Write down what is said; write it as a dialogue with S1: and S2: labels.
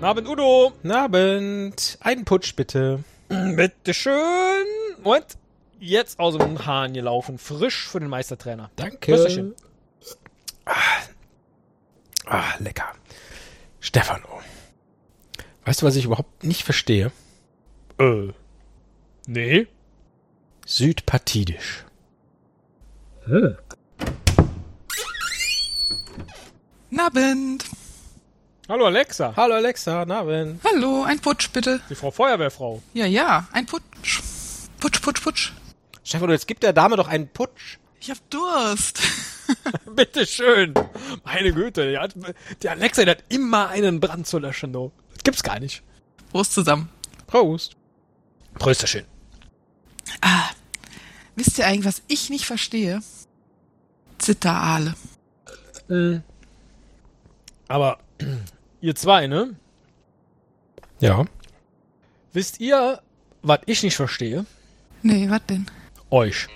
S1: Abend, Udo.
S2: Abend. Einen Putsch bitte.
S1: Bitteschön. Und jetzt aus dem Hahn gelaufen. Frisch für den Meistertrainer.
S2: Danke.
S1: Prösterchen.
S2: Ah, lecker. Stefano. Weißt du, was ich überhaupt nicht verstehe?
S1: Äh. Nee.
S2: Südpartidisch.
S3: Nabend.
S1: Hallo Alexa.
S2: Hallo Alexa, Abend.
S3: Hallo, ein Putsch bitte.
S1: Die Frau Feuerwehrfrau.
S3: Ja, ja, ein Putsch. Putsch, Putsch, Putsch.
S2: Stefano, jetzt gibt der Dame doch einen Putsch.
S3: Ich hab Durst.
S1: Bitteschön. Meine Güte, die, hat, die Alexa die hat immer einen Brand zu löschen. Du. Das gibt's gar nicht.
S3: Prost zusammen.
S2: Prost.
S1: Prösterchen.
S3: Ah, Wisst ihr eigentlich, was ich nicht verstehe? Zitterale.
S2: Mhm.
S1: Aber ihr zwei, ne?
S2: Ja.
S1: Wisst ihr, was ich nicht verstehe?
S3: Nee, was denn?
S1: Euch.